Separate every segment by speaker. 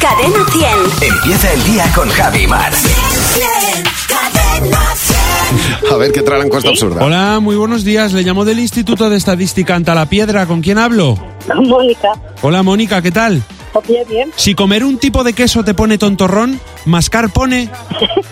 Speaker 1: Cadena 100.
Speaker 2: Empieza el día con Javi Mar.
Speaker 1: Cadena 100.
Speaker 3: A ver qué trae la encuesta absurda.
Speaker 4: Hola, muy buenos días. Le llamo del Instituto de Estadística Antalapiedra. ¿Con quién hablo?
Speaker 5: Mónica,
Speaker 4: Hola, Mónica, ¿qué tal?
Speaker 5: bien, bien.
Speaker 4: Si comer un tipo de queso te pone tontorrón, mascar pone...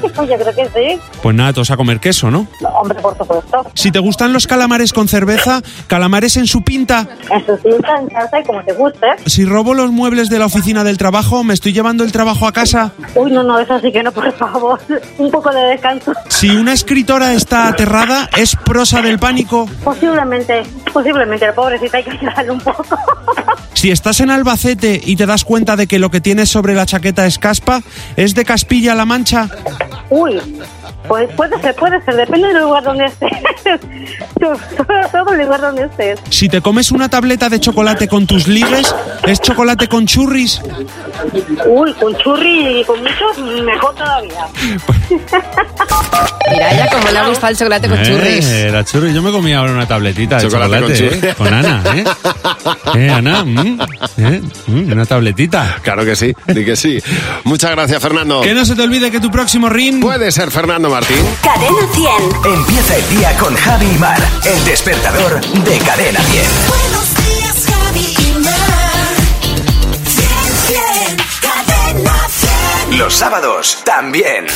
Speaker 5: Pues yo creo que sí.
Speaker 4: Pues nada, todos a comer queso, ¿no?
Speaker 5: No, hombre, por supuesto.
Speaker 4: Si te gustan los calamares con cerveza, calamares en su pinta.
Speaker 5: En su cinta, en casa y como te guste.
Speaker 4: Si robo los muebles de la oficina del trabajo, me estoy llevando el trabajo a casa.
Speaker 5: Uy, no, no, eso sí que no, por favor. Un poco de descanso.
Speaker 4: Si una escritora está aterrada, es prosa del pánico.
Speaker 5: Posiblemente, posiblemente, la pobrecita hay que ayudarle un poco.
Speaker 4: Si estás en Albacete y te das cuenta de que lo que tienes sobre la chaqueta es caspa, es de Castilla-La Mancha.
Speaker 5: Uy, pues puede ser, puede ser, depende del lugar donde estés. Sobre todo el lugar donde estés.
Speaker 4: Si te comes una tableta de chocolate con tus ligues, es chocolate con churris.
Speaker 5: Uy, con churri y con mucho, mejor todavía.
Speaker 6: Mira, ella como le gusta el chocolate con churris.
Speaker 4: la Eh, churris. Yo me comía ahora una tabletita
Speaker 3: Chocolate con
Speaker 4: de chocolate
Speaker 3: churris.
Speaker 4: eh, con Ana. ¿eh? Eh, Ana, mm, eh, mm, una tabletita.
Speaker 3: Claro que sí, di que sí. Muchas gracias, Fernando.
Speaker 4: Que no se te olvide que tu próximo ring...
Speaker 3: Puede ser Fernando Martín.
Speaker 1: Cadena 100.
Speaker 2: Empieza el día con Javi Mar. El despertador de Cadena 10.
Speaker 1: Buenos días, Javi y Mar. 100, 100. Cadena 100.
Speaker 2: Los sábados también.